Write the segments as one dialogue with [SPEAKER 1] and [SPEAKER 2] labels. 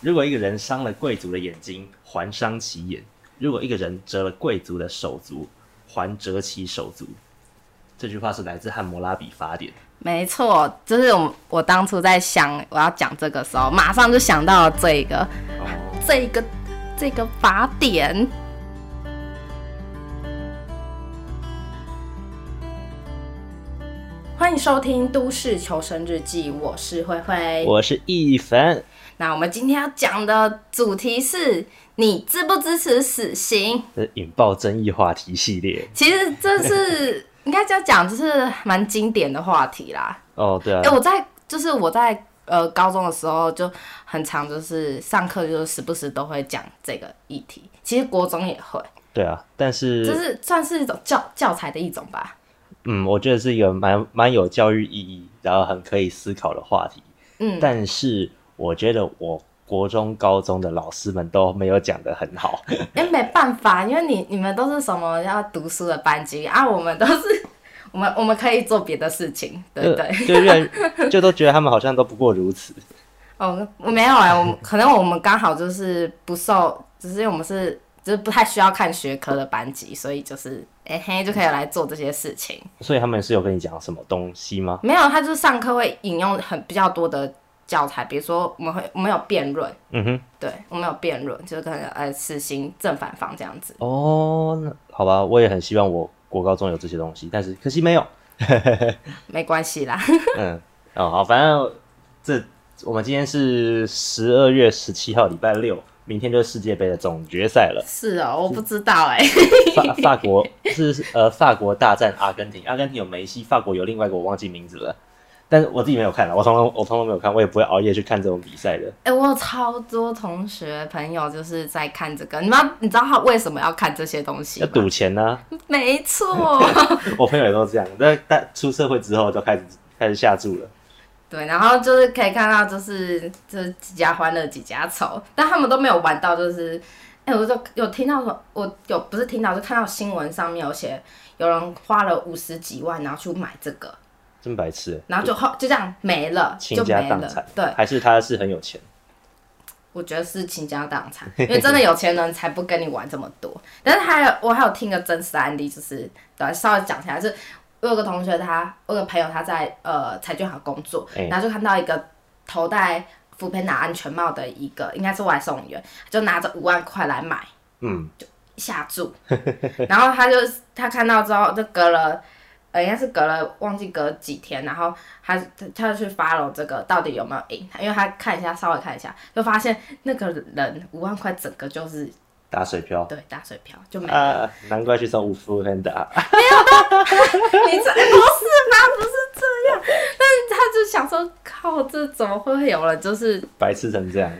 [SPEAKER 1] 如果一个人伤了贵族的眼睛，还伤其眼；如果一个人折了贵族的手足，还折其手足。这句话是来自《汉谟拉比法典》。
[SPEAKER 2] 没错，就是我我当初在想我要讲这个时候，马上就想到了这个
[SPEAKER 1] 哦，
[SPEAKER 2] 这个这个法典。欢迎收听《都市求生日记》，我是灰灰。
[SPEAKER 1] 我是一凡。
[SPEAKER 2] 那我们今天要讲的主题是你支不支持死刑？
[SPEAKER 1] 这引爆争议话题系列。
[SPEAKER 2] 其实这是应该这样讲，就是蛮经典的话题啦。
[SPEAKER 1] 哦，对啊
[SPEAKER 2] 哎、，我在就是我在呃高中的时候就很常就是上课就是时不时都会讲这个议题，其实国中也会，
[SPEAKER 1] 对啊，但
[SPEAKER 2] 就是是算是一种教教材的一种吧。
[SPEAKER 1] 嗯，我觉得是一个蛮蛮有教育意义，然后很可以思考的话题。
[SPEAKER 2] 嗯，
[SPEAKER 1] 但是我觉得我国中、高中的老师们都没有讲得很好。
[SPEAKER 2] 因为没办法，因为你你们都是什么要读书的班级啊，我们都是我们我们可以做别的事情，对不对？
[SPEAKER 1] 呃就认就都觉得他们好像都不过如此。
[SPEAKER 2] 哦，我没有哎、我们可能我们刚好就是不受，只是因为我们是就是不太需要看学科的班级，所以就是哎、嘿就可以来做这些事情。
[SPEAKER 1] 所以他们是有跟你讲什么东西吗？
[SPEAKER 2] 没有，他就是上课会引用很比较多的教材，比如说我们会我们有辩论，
[SPEAKER 1] 嗯哼，
[SPEAKER 2] 对，我们有辩论，就是可能呃死刑正反方这样子。
[SPEAKER 1] 哦，那好吧，我也很希望我国高中有这些东西，但是可惜没有。
[SPEAKER 2] 没关系啦，
[SPEAKER 1] 嗯，哦好，反正这我们今天是十二月十七号，礼拜六，明天就是世界杯的总决赛了。
[SPEAKER 2] 是哦，我不知道哎、
[SPEAKER 1] 法法国是呃法国大战阿根廷，阿根廷有梅西，法国有另外一个我忘记名字了，但是我自己没有看了，我从来我从来没有看，我也不会熬夜去看这种比赛的。
[SPEAKER 2] 哎、我有超多同学朋友就是在看这个，你知道你知道他为什么要看这些东西
[SPEAKER 1] 要
[SPEAKER 2] 吗？
[SPEAKER 1] 赌钱呢、
[SPEAKER 2] 没错，
[SPEAKER 1] 我朋友也都这样，但但出社会之后都开始开始下注了。
[SPEAKER 2] 对，然后就是可以看到，就是就是几家欢乐几家愁，但他们都没有玩到，就是，哎、我就有听到说，我有不是听到，就看到新闻上面有写有人花了五十几万，然后去买这个，
[SPEAKER 1] 真白痴欸，
[SPEAKER 2] 然后就后就这样没了，
[SPEAKER 1] 倾
[SPEAKER 2] 就
[SPEAKER 1] 家
[SPEAKER 2] 没
[SPEAKER 1] 荡产
[SPEAKER 2] 了。，对，
[SPEAKER 1] 还是他是很有钱，
[SPEAKER 2] 我觉得是倾家荡产，因为真的有钱人才不跟你玩这么多。但是还有我还有听个真实案例，就是对，啊稍微讲起来是，我有个同学他，我有个朋友他在呃彩券行工作，
[SPEAKER 1] 哎
[SPEAKER 2] 然后就看到一个头戴福佩拿安全帽的一个应该是外送员，就拿着五万块来买
[SPEAKER 1] 嗯，
[SPEAKER 2] 下注，然后他就他看到之后就隔了。呃，应该是隔了忘记隔几天，然后他他他就去 follow 这个到底有没有赢，因为他看一下稍微看一下，就发现那个人五万块整个就是
[SPEAKER 1] 打水漂
[SPEAKER 2] 对打水漂就没 了。
[SPEAKER 1] 啊，难怪去上五福很打，
[SPEAKER 2] 你这、不是吗？不是这样，但是他就想说，靠，这怎么会有人就是
[SPEAKER 1] 白痴成这样，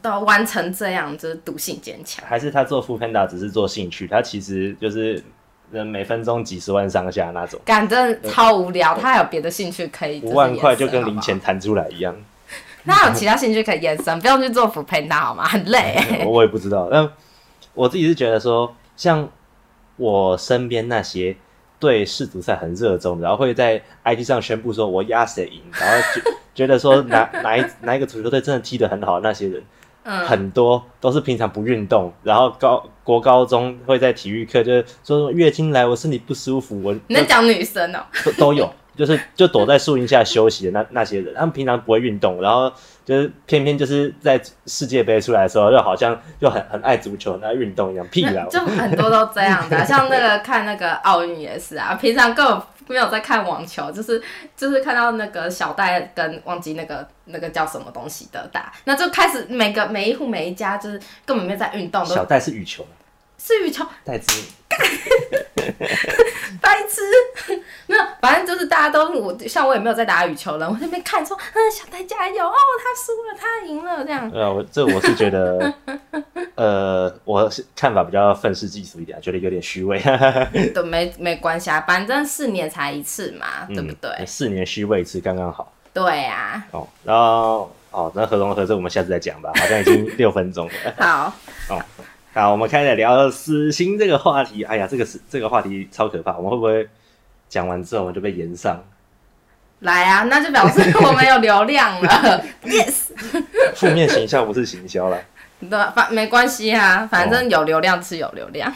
[SPEAKER 2] 都要弯成这样，就是赌性坚强。
[SPEAKER 1] 还是他做福很打只是做兴趣，他其实就是呃每分钟几十万上下那种，
[SPEAKER 2] 感真的超无聊，他还有别的兴趣可以就是
[SPEAKER 1] 五万块就
[SPEAKER 2] 延
[SPEAKER 1] 跟
[SPEAKER 2] 伸
[SPEAKER 1] 零，钱弹出来一样，
[SPEAKER 2] 好不好他有其他兴趣可以延伸，不用去做辅培 那好吗？很累、
[SPEAKER 1] 我我也不知道，但我自己是觉得说，像我身边那些对世足赛很热衷，然后会在 IG 上宣布说我压谁赢，然后觉觉得说哪哪一哪一个足球队真的踢得很好，那些人
[SPEAKER 2] 嗯，
[SPEAKER 1] 很多都是平常不运动，然后高国高中会在体育课就是说月经来我身体不舒服， 我
[SPEAKER 2] 你在讲女生哦、
[SPEAKER 1] 都都有，就是就躲在树荫下休息的那那些人，他们平常不会运动，然后就是偏偏就是在世界杯出来的时候，就好像就很很爱足球、很爱运动一样， 屁啦！
[SPEAKER 2] 就很多都这样 的啊、像那个看那个奥运也是啊，平常根本没有在看网球，就是就是看到那个小戴跟忘记那个那个叫什么东西的打，那就开始每个每一户每一家就是根本没有在运动，
[SPEAKER 1] 小
[SPEAKER 2] 都
[SPEAKER 1] 戴是羽球，
[SPEAKER 2] 是羽球
[SPEAKER 1] 戴资
[SPEAKER 2] 白痴， 没有，反正就是大家都我像我也没有在打羽球了，我在那边看说，嗯，小戴加油哦，他输了，他赢了这样，
[SPEAKER 1] 呃，我这我是觉 得，呃，我是看法比较愤世嫉俗一点，觉得有点虚伪，
[SPEAKER 2] 对，没没关系啊，反正四年才一次嘛，对不对？
[SPEAKER 1] 嗯？四年虚位一次刚刚好
[SPEAKER 2] 对啊，
[SPEAKER 1] 哦，然后哦，那合同合作我们下次再讲吧，好像已 经六分钟了。
[SPEAKER 2] 好，
[SPEAKER 1] 好，我们开始聊死刑这个话题。哎呀，这个是这个话题超可怕，我们会不会讲完之后我们就被延上？
[SPEAKER 2] 来啊，那就表示我们有流量了。yes，
[SPEAKER 1] 负面形象不是行销啦。
[SPEAKER 2] 那反没关系啊，反正有流量是有流量。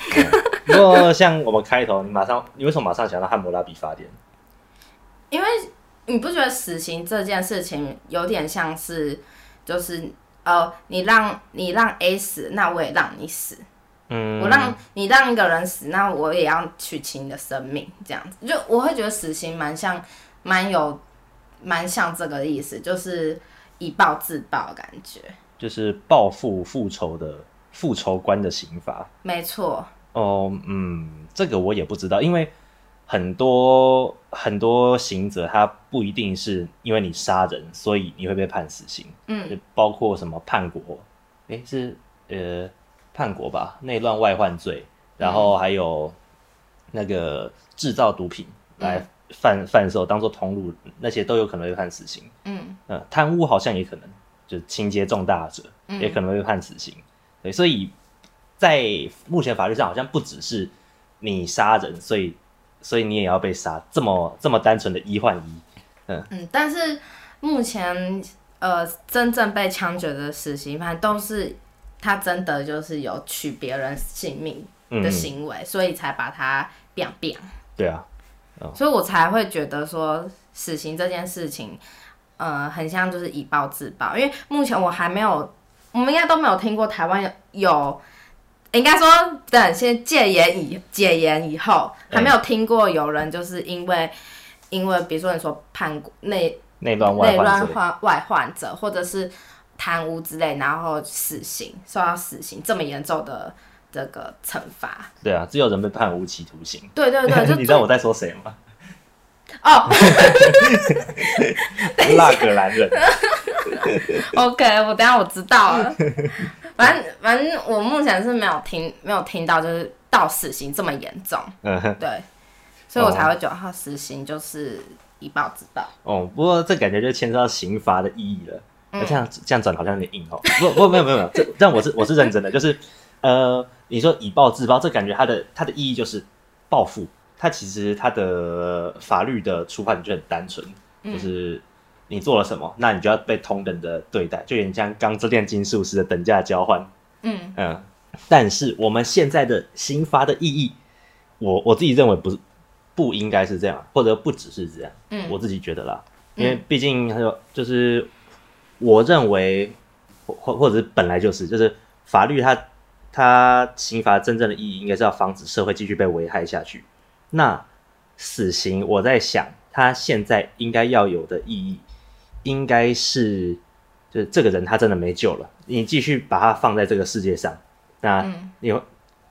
[SPEAKER 1] 不过像我们开头，你马上，你为什么马上想到汉谟拉比法典？
[SPEAKER 2] 因为你不觉得死刑这件事情有点像是，就是呃，你让你让 A 死，那我也让你死。
[SPEAKER 1] 嗯，
[SPEAKER 2] 我让你让一个人死，那我也要取其你的生命，这样子就我会觉得死刑蛮像，蛮有，蛮像这个意思，就是以暴制暴的感觉。
[SPEAKER 1] 就是报复复仇的复仇观的刑罚。
[SPEAKER 2] 没错，
[SPEAKER 1] 哦，嗯，这个我也不知道，因为很多很多刑责，他不一定是因为你杀人，所以你会被判死刑。
[SPEAKER 2] 嗯，
[SPEAKER 1] 就包括什么叛国，诶，是呃叛国吧，内乱外患罪，然
[SPEAKER 2] 嗯
[SPEAKER 1] 后还有那个制造毒品
[SPEAKER 2] 嗯
[SPEAKER 1] 来贩贩售当做通路，那些都有可能会判死刑。
[SPEAKER 2] 嗯，
[SPEAKER 1] 呃，贪污好像也可能，就情节重大者
[SPEAKER 2] 嗯
[SPEAKER 1] 也可能会被判死刑。对，所以在目前法律上，好像不只是你杀人，所以所以你也要被杀，这么这么单纯的一换一。
[SPEAKER 2] 嗯，但是目前呃，真正被枪决的死刑犯都是他真的就是有取别人性命的
[SPEAKER 1] 嗯
[SPEAKER 2] 行为，所以才把他变变。
[SPEAKER 1] 对啊，
[SPEAKER 2] 所以我才会觉得说死刑这件事情，呃，很像就是以暴制暴，因为目前我还没有，我们应该都没有听过台湾有有，应该说等先戒严以戒严以后，还
[SPEAKER 1] 嗯
[SPEAKER 2] 没有听过有人就是因为因为比如说你说叛国内
[SPEAKER 1] 内乱外
[SPEAKER 2] 内乱
[SPEAKER 1] 患罪，
[SPEAKER 2] 患外患者，或者是贪污之类，然后死刑受到死刑这么严重的这个惩罚，
[SPEAKER 1] 对啊，只有人被判无期徒刑。
[SPEAKER 2] 对对 对，就
[SPEAKER 1] 你知道我在说谁吗？
[SPEAKER 2] 哦。
[SPEAKER 1] 纳格兰人，
[SPEAKER 2] OK，我等一下我知道了。反正反正我目前是没有听没有听到，就是到死刑这么严重，
[SPEAKER 1] 嗯哼，
[SPEAKER 2] 对，所以我才会觉得他死刑就是以暴制暴。
[SPEAKER 1] 哦，不过这感觉就牵涉到刑罚的意义了。哎这样这样转好像有点硬哦。不不没有没有没有，这但我是我是认真的，就是呃，你说以暴制暴，这感觉它的它的意义就是报复。它其实它的法律的出发点就很单纯，就是你做了什么，那你就要被同等的对待，就有点像《钢之炼金术师》的等价交换。
[SPEAKER 2] 嗯
[SPEAKER 1] 嗯，但是我们现在的刑罚的意义，我我自己认为不是不应该是这样，或者不只是这样，
[SPEAKER 2] 嗯
[SPEAKER 1] 我自己觉得啦，因为毕竟还有就是我认为或或或者是本来就是就是法律它它刑罚真正的意义应该是要防止社会继续被危害下去。那死刑，我在想它现在应该要有的意义，应该是就是这个人他真的没救了，你继续把他放在这个世界上，那
[SPEAKER 2] 嗯
[SPEAKER 1] 你会、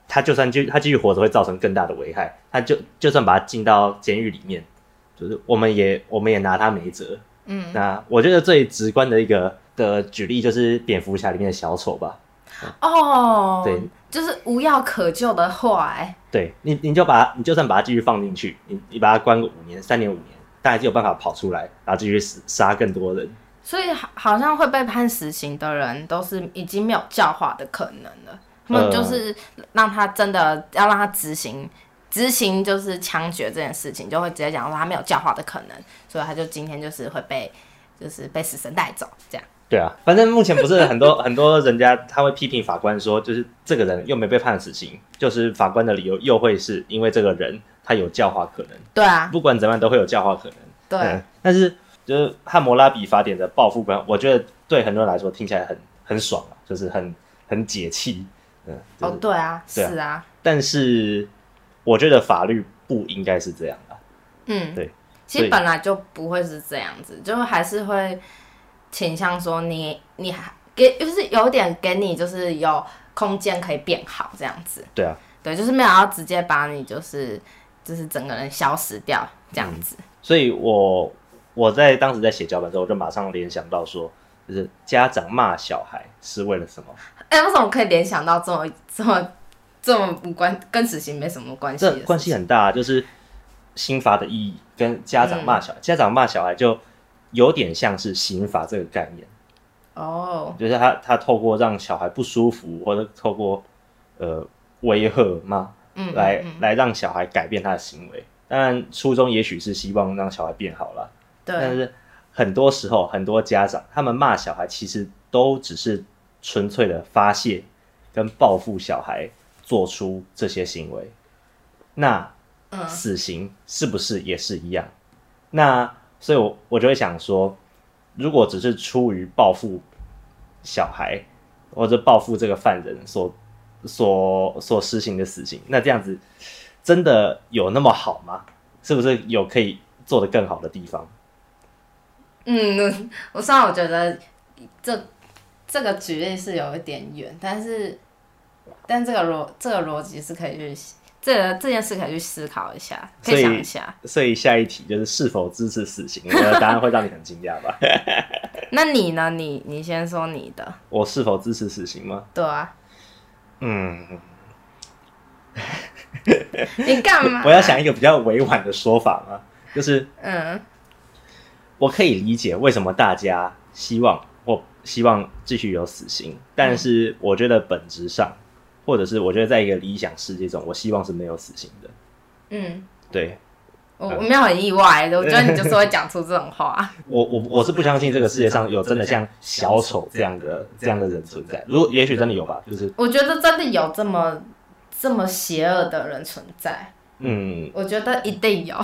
[SPEAKER 1] 他就算继他继续活着会造成更大的危害，他就就算把他进到监狱里面，就是我们也我们也拿他没辙。
[SPEAKER 2] 嗯，
[SPEAKER 1] 那我觉得最直观的一个的举例就是蝙蝠侠里面的小丑吧，
[SPEAKER 2] 哦，
[SPEAKER 1] 对，
[SPEAKER 2] 就是无药可救的话、哎，
[SPEAKER 1] 对你你就把他你就算把他继续放进去，你你把他关个五年三年五年，他还是有办法跑出来，然后继续死杀更多人。
[SPEAKER 2] 所以好好像会被判死刑的人都是已经没有教化的可能了，他们
[SPEAKER 1] 呃
[SPEAKER 2] 就是让他真的要让他执行。执行就是枪决这件事情，就会直接讲说他没有教化的可能，所以他就今天就是会被，就是被死神带走这样。
[SPEAKER 1] 对啊，反正目前不是很多 很多人家他会批评法官说，就是这个人又没被判死刑，就是法官的理由又会是因为这个人他有教化可能，
[SPEAKER 2] 对啊，
[SPEAKER 1] 不管怎么样都会有教化可能。
[SPEAKER 2] 对，啊
[SPEAKER 1] 嗯，但是就是《汉谟拉比法典》的报复观，我觉得对很多人来说听起来很很爽啊，就是很很解气。嗯，就
[SPEAKER 2] 哦
[SPEAKER 1] 是、
[SPEAKER 2] 对啊，
[SPEAKER 1] 对啊
[SPEAKER 2] 是啊，
[SPEAKER 1] 但是我觉得法律不应该是这样啊的、
[SPEAKER 2] 嗯，
[SPEAKER 1] 对。
[SPEAKER 2] 其实
[SPEAKER 1] 所以
[SPEAKER 2] 本来就不会是这样子，就还是会倾向说你你还给就是有点给你就是有空间可以变好这样子，
[SPEAKER 1] 对啊，
[SPEAKER 2] 对，就是没有要直接把你就是就是整个人消失掉
[SPEAKER 1] 嗯
[SPEAKER 2] 这样子，
[SPEAKER 1] 所以我我在当时在写脚本的时候，我就马上联想到说，就是家长骂小孩是为了什么？
[SPEAKER 2] 哎、为什么可以联想到这么这么这么无关跟死刑没什么关系的
[SPEAKER 1] 这
[SPEAKER 2] 事情？
[SPEAKER 1] 关系很大啊，就是刑罚的意义跟家长骂小孩，家长骂小孩就有点像是刑罚这个概念，
[SPEAKER 2] 哦，
[SPEAKER 1] 就是他他透过让小孩不舒服，或者透过呃威吓嘛，
[SPEAKER 2] 嗯，
[SPEAKER 1] 来
[SPEAKER 2] 嗯
[SPEAKER 1] 来让小孩改变他的行为。当然，初衷也许是希望让小孩变好了，但
[SPEAKER 2] 对，
[SPEAKER 1] 是很多时候，很多家长他们骂小孩，其实都只是纯粹的发泄跟报复小孩做出这些行为。那
[SPEAKER 2] 嗯
[SPEAKER 1] 死刑是不是也是一样？那所以我，我就会想说，如果只是出于报复小孩或者报复这个犯人所所所施行的死刑，那这样子真的有那么好吗？是不是有可以做得更好的地方？
[SPEAKER 2] 嗯， 我虽然我觉得这这个举例是有一点远，但是但这个逻这个逻辑是可以去思这个这件事可以去思考一下，可
[SPEAKER 1] 所以
[SPEAKER 2] 想一下。
[SPEAKER 1] 所以下一题就是是否支持死刑，我的答案会让你很惊讶吧？
[SPEAKER 2] 那你呢？你你先说你的，
[SPEAKER 1] 我是否支持死刑吗？
[SPEAKER 2] 对啊，
[SPEAKER 1] 嗯，
[SPEAKER 2] 你干嘛？
[SPEAKER 1] 我要想一个比较委婉的说法嘛，就是
[SPEAKER 2] 嗯
[SPEAKER 1] 我可以理解为什么大家希望或希望继续有死刑，但是我觉得本质上，或者是我觉得在一个理想世界中，我希望是没有死刑的。
[SPEAKER 2] 嗯，
[SPEAKER 1] 对
[SPEAKER 2] 我
[SPEAKER 1] 嗯
[SPEAKER 2] 我没有很意外，我觉 得你就是会讲出这种话。
[SPEAKER 1] 我，我我是不相信这个世界上有真的像小丑这样的这样的人存在。如果也许真的有吧，就是
[SPEAKER 2] 我觉得真的有这么这么邪恶的人存在，
[SPEAKER 1] 嗯
[SPEAKER 2] 我觉得一定有。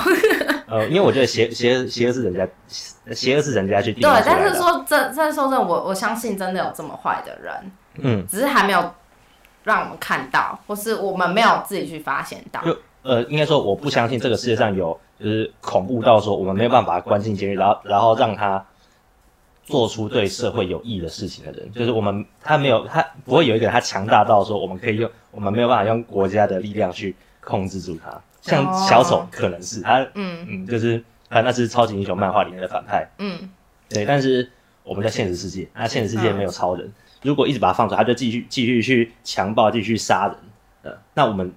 [SPEAKER 1] 呃，因为我觉得邪邪邪恶是人家邪恶是人家去定
[SPEAKER 2] 对
[SPEAKER 1] 义出来，的
[SPEAKER 2] 但是说真，但是说真的，我我相信真的有这么坏的人，
[SPEAKER 1] 嗯，
[SPEAKER 2] 只是还没有让我们看到，或是我们没有自己去发现到。
[SPEAKER 1] 就呃，应该说我不相信这个世界上有就是恐怖到说我们没有办法关进监狱，然后然后让他做出对社会有益的事情的人，就是我们他没有他不会有一个人他强大到说我们可以用我们没有办法用国家的力量去控制住他，像
[SPEAKER 2] 哦
[SPEAKER 1] 小丑可能是他
[SPEAKER 2] 嗯
[SPEAKER 1] 嗯就是他那是超级英雄漫画里面的反派，
[SPEAKER 2] 嗯，
[SPEAKER 1] 对，但是我们在现实世界，那现实世界没有超人，如果一直把他放出来，他就继续继续去强暴，继续杀人，呃，那我们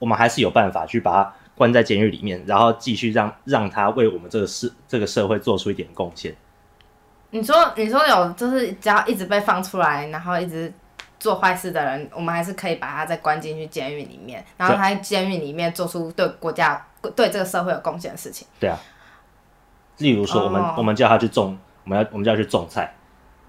[SPEAKER 1] 我们还是有办法去把他关在监狱里面，然后继续让让他为我们这个社这个社会做出一点贡献。
[SPEAKER 2] 你说你说有，就是只要一直被放出来，然后一直做坏事的人，我们还是可以把他再关进去监狱里面，然后他在监狱里面做出对国家、对这个社会有贡献的事情。
[SPEAKER 1] 对啊，例如说，我们、
[SPEAKER 2] 哦
[SPEAKER 1] 我们叫他去种，我们要我们叫他去种菜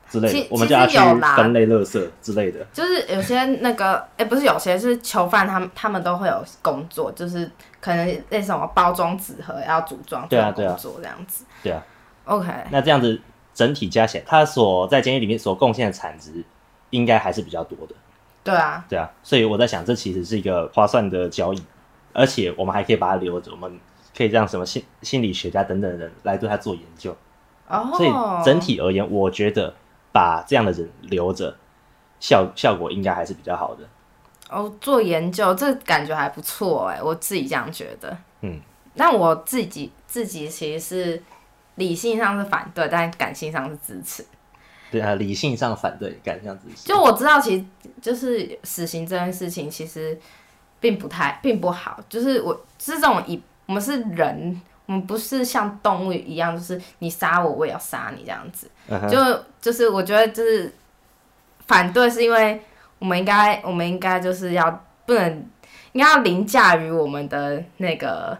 [SPEAKER 1] 之类
[SPEAKER 2] 其
[SPEAKER 1] 的
[SPEAKER 2] 其，
[SPEAKER 1] 我们叫他
[SPEAKER 2] 实有
[SPEAKER 1] 去
[SPEAKER 2] 啦
[SPEAKER 1] 分类垃圾之类的。
[SPEAKER 2] 就是有些那个，哎、不是有些是囚犯，他们他们都会有工作，就是可能类似什么包装纸盒要组装这
[SPEAKER 1] 对啊
[SPEAKER 2] 种
[SPEAKER 1] 对啊
[SPEAKER 2] 工作这样子。
[SPEAKER 1] 对啊，
[SPEAKER 2] OK，
[SPEAKER 1] 那这样子整体加起来，他所在监狱里面所贡献的产值，应该还是比较多的。
[SPEAKER 2] 对啊，
[SPEAKER 1] 对啊，所以我在想，这其实是一个划算的交易，而且我们还可以把它留着，我们可以让什么心心理学家等等的人来对它做研究。
[SPEAKER 2] 哦，
[SPEAKER 1] 所以整体而言，我觉得把这样的人留着，效效果应该还是比较好的。
[SPEAKER 2] 哦做研究，这感觉还不错哎、我自己这样觉得。
[SPEAKER 1] 嗯，
[SPEAKER 2] 但我自己自己其实是理性上是反对，但感性上是支持。
[SPEAKER 1] 对啊，理性上反对，敢这样子
[SPEAKER 2] 就我知道，其实就是死刑这件事情，其实并不太并不好。就是我是这种以我们是人，我们不是像动物一样，就是你杀我，我也要杀你这样子。
[SPEAKER 1] 嗯哼
[SPEAKER 2] 就就是我觉得就是反对，是因为我们应该我们应该就是要不能应该要凌驾于我们的那个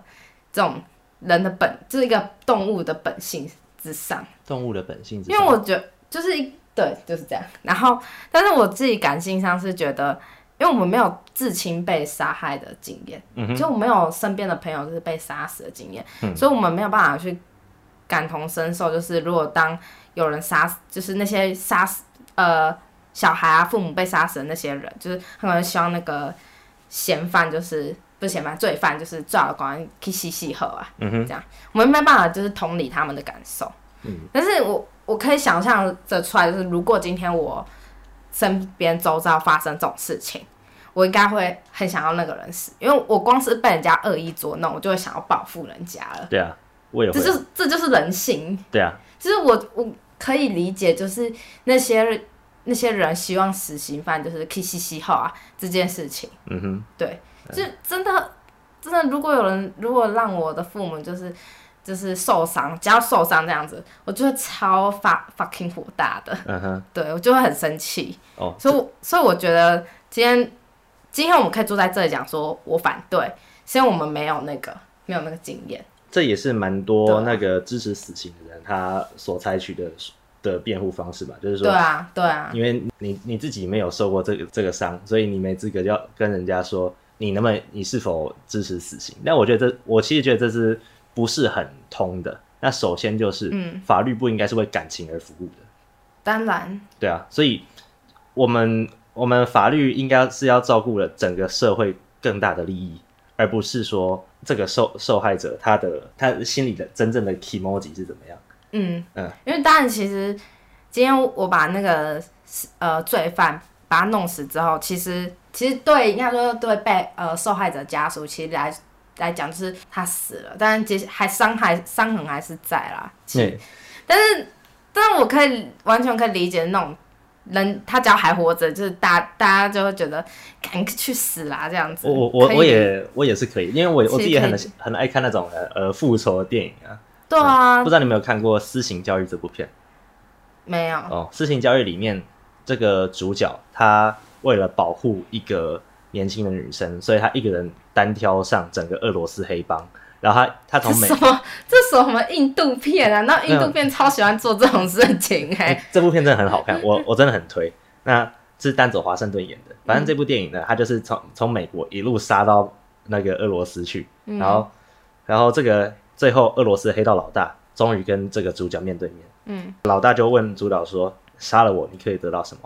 [SPEAKER 2] 这种人的本，就是一个动物的本性之上。
[SPEAKER 1] 动物的本性之
[SPEAKER 2] 因
[SPEAKER 1] 上，
[SPEAKER 2] 为我觉得就是一对就是这样。然后，但是我自己感性上是觉得，因为我们没有至亲被杀害的经验，
[SPEAKER 1] 嗯哼嗯
[SPEAKER 2] 就我没有身边的朋友就是被杀死的经验，所以我们没有办法去感同身受。就是如果当有人杀死，就是那些杀死呃小孩啊、父母被杀死的那些人，就是很可能希望那个嫌犯就是。不是嫌犯，罪犯就是最好的官去洗洗喝啊，
[SPEAKER 1] 嗯哼嗯
[SPEAKER 2] 这样我们没办法就是同理他们的感受。但是我我可以想象的出来，就是如果今天我身边周遭发生这种事情，我应该会很想要那个人死，因为我光是被人家恶意捉弄，我就会想要报复人家了。
[SPEAKER 1] 对啊，我也
[SPEAKER 2] 这
[SPEAKER 1] 会，
[SPEAKER 2] 就是这就是人性，
[SPEAKER 1] 对啊，
[SPEAKER 2] 就是我我可以理解，就是那些那些人希望死刑犯就是 K 嘻嘻后啊这件事情。
[SPEAKER 1] 嗯哼，
[SPEAKER 2] 对，就真的真的，如果有人如果让我的父母就是就是受伤，只要受伤这样子，我就会超发 fucking 火大的，
[SPEAKER 1] 嗯哼，
[SPEAKER 2] 对我就会很生气。
[SPEAKER 1] 哦，
[SPEAKER 2] 所以我所以我觉得今天今天我们可以坐在这里讲说我反对，是因为我们没有那个没有那个经验。
[SPEAKER 1] 这也是蛮多
[SPEAKER 2] 对啊
[SPEAKER 1] 那个支持死刑的人他所采取的的辩护方式吧，嗯就是说，
[SPEAKER 2] 对啊，对啊，
[SPEAKER 1] 因为你你自己没有受过这个这个伤，所以你没资格要跟人家说你能不能你是否支持死刑。但我觉得这我其实觉得这是不是很通的。那首先就是，
[SPEAKER 2] 嗯
[SPEAKER 1] 法律不应该是为感情而服务的。
[SPEAKER 2] 当然，
[SPEAKER 1] 对啊，所以我们我们法律应该是要照顾了整个社会更大的利益，而不是说这个受受害者他的他心里的真正的 emoji 是怎么样。
[SPEAKER 2] 嗯，
[SPEAKER 1] 嗯
[SPEAKER 2] 因为当然，其实今天我把那个呃罪犯把他弄死之后，其实其实对应该说对被呃受害者家属，其实来来讲就是他死了，但是其实还伤害伤痕还是在啦。其实
[SPEAKER 1] 对，
[SPEAKER 2] 但是我可以完全可以理解那种人，他只要还活着，就是大大家就会觉得赶去死啦这样子。
[SPEAKER 1] 我我我
[SPEAKER 2] 可以
[SPEAKER 1] 我也我也是可以，因为我我
[SPEAKER 2] 其实
[SPEAKER 1] 自己也很
[SPEAKER 2] 可以
[SPEAKER 1] 很爱看那种呃呃复仇的电影啊。
[SPEAKER 2] 对啊
[SPEAKER 1] 不，知道你有没有看过《私刑教育》这部片？
[SPEAKER 2] 没有，
[SPEAKER 1] 哦，《私刑教育》里面这个主角，他为了保护一个年轻的女生，所以他一个人单挑上整个俄罗斯黑帮。然后他他
[SPEAKER 2] 这
[SPEAKER 1] 从美
[SPEAKER 2] 什么这什么印度片啊？那印
[SPEAKER 1] 没
[SPEAKER 2] 度
[SPEAKER 1] 有
[SPEAKER 2] 片超喜欢做这种事情哎、
[SPEAKER 1] 欸这部片真的很好看， 我我真的很推。那是丹泽华盛顿演的，
[SPEAKER 2] 嗯
[SPEAKER 1] 反正这部电影呢，他就是从从美国一路杀到那个俄罗斯去，
[SPEAKER 2] 嗯
[SPEAKER 1] 然后然后这个最后俄罗斯黑道老大终于跟这个主角面对面，
[SPEAKER 2] 嗯，
[SPEAKER 1] 老大就问主角说：“杀了我，你可以得到什么？”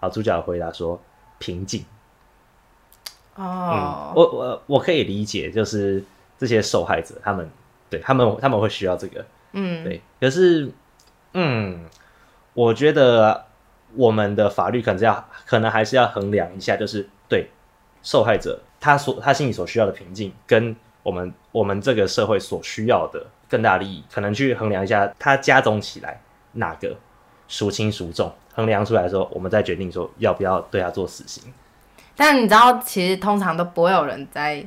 [SPEAKER 1] 然后主角回答说：“平静。”嗯，
[SPEAKER 2] 哦，
[SPEAKER 1] 我我我可以理解，就是这些受害者他们对他们他们会需要这个，
[SPEAKER 2] 嗯，
[SPEAKER 1] 对，可是，嗯，我觉得我们的法律可能要，可能还是要衡量一下，就是对受害者他所他心里所需要的平静，跟我们我们这个社会所需要的更大利益，可能去衡量一下，他加总起来哪个孰轻孰重，衡量出来说，我们再决定说要不要对他做死刑。
[SPEAKER 2] 但你知道，其实通常都不会有人在，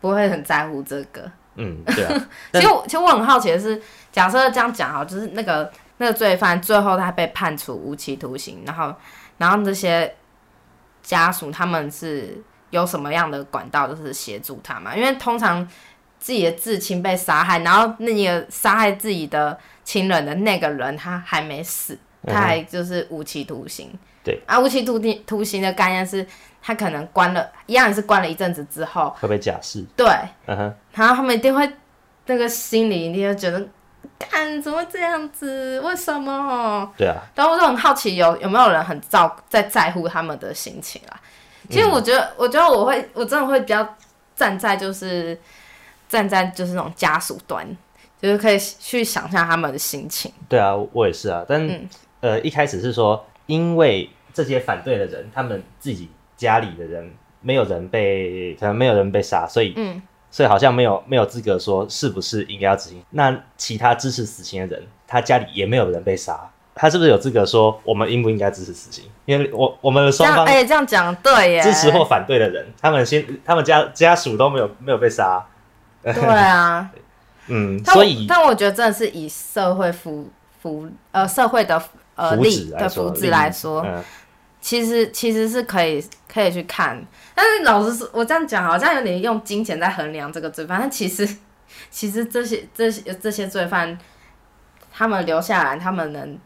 [SPEAKER 2] 不会很在乎这个。
[SPEAKER 1] 嗯，对啊，
[SPEAKER 2] 其
[SPEAKER 1] 但
[SPEAKER 2] 实我，其实我很好奇的是，假设这样讲哈，就是那个那个罪犯最后他被判处无期徒刑，然后然后那些家属他们是有什么样的管道，就是协助他嘛？因为通常自己的至亲被杀害，然后那个杀害自己的亲人的那个人他还没死，
[SPEAKER 1] 嗯哼
[SPEAKER 2] 他还就是无期徒刑。
[SPEAKER 1] 对
[SPEAKER 2] 啊，无期徒刑徒刑的概念是，他可能关了，一样也是关了一阵子之后，
[SPEAKER 1] 会不会假释？
[SPEAKER 2] 对，
[SPEAKER 1] 嗯哼，
[SPEAKER 2] 然后他们一定会那个心里一定会觉得，干怎么会这样子？为什么？
[SPEAKER 1] 对啊，
[SPEAKER 2] 然后我就很好奇有有没有人很照在在乎他们的心情啊？其实我觉得，我觉得我会，我真的会比较站在就是站在就是那种家属端，就是可以去想象他们的心情。
[SPEAKER 1] 对啊，我也是啊，但、
[SPEAKER 2] 嗯
[SPEAKER 1] 呃，一开始是说，因为这些反对的人，他们自己家里的人没有人被，可能没有人被杀，所以、
[SPEAKER 2] 嗯
[SPEAKER 1] 所以好像没有没有资格说是不是应该要执行。那其他支持死刑的人，他家里也没有人被杀，他是不是有资格说我们应不应该支持死刑？因为我我们
[SPEAKER 2] 这
[SPEAKER 1] 双
[SPEAKER 2] 样
[SPEAKER 1] 方
[SPEAKER 2] 哎、这样讲对耶，
[SPEAKER 1] 支持或反对的人，他们先他们家家属都没有没有被杀，
[SPEAKER 2] 对啊。
[SPEAKER 1] 嗯，
[SPEAKER 2] 但我
[SPEAKER 1] 所以
[SPEAKER 2] 但我觉得真的是以社会福福呃社会的呃
[SPEAKER 1] 福
[SPEAKER 2] 利
[SPEAKER 1] 祉来
[SPEAKER 2] 的
[SPEAKER 1] 说，
[SPEAKER 2] 福
[SPEAKER 1] 利
[SPEAKER 2] 祉
[SPEAKER 1] 益
[SPEAKER 2] 来说，
[SPEAKER 1] 嗯，
[SPEAKER 2] 其实其实是可以可以去看。但是老实说，我这样讲好像有点用金钱在衡量这个罪犯，但其实其实这些这些这些罪犯，他们留下来，他们能。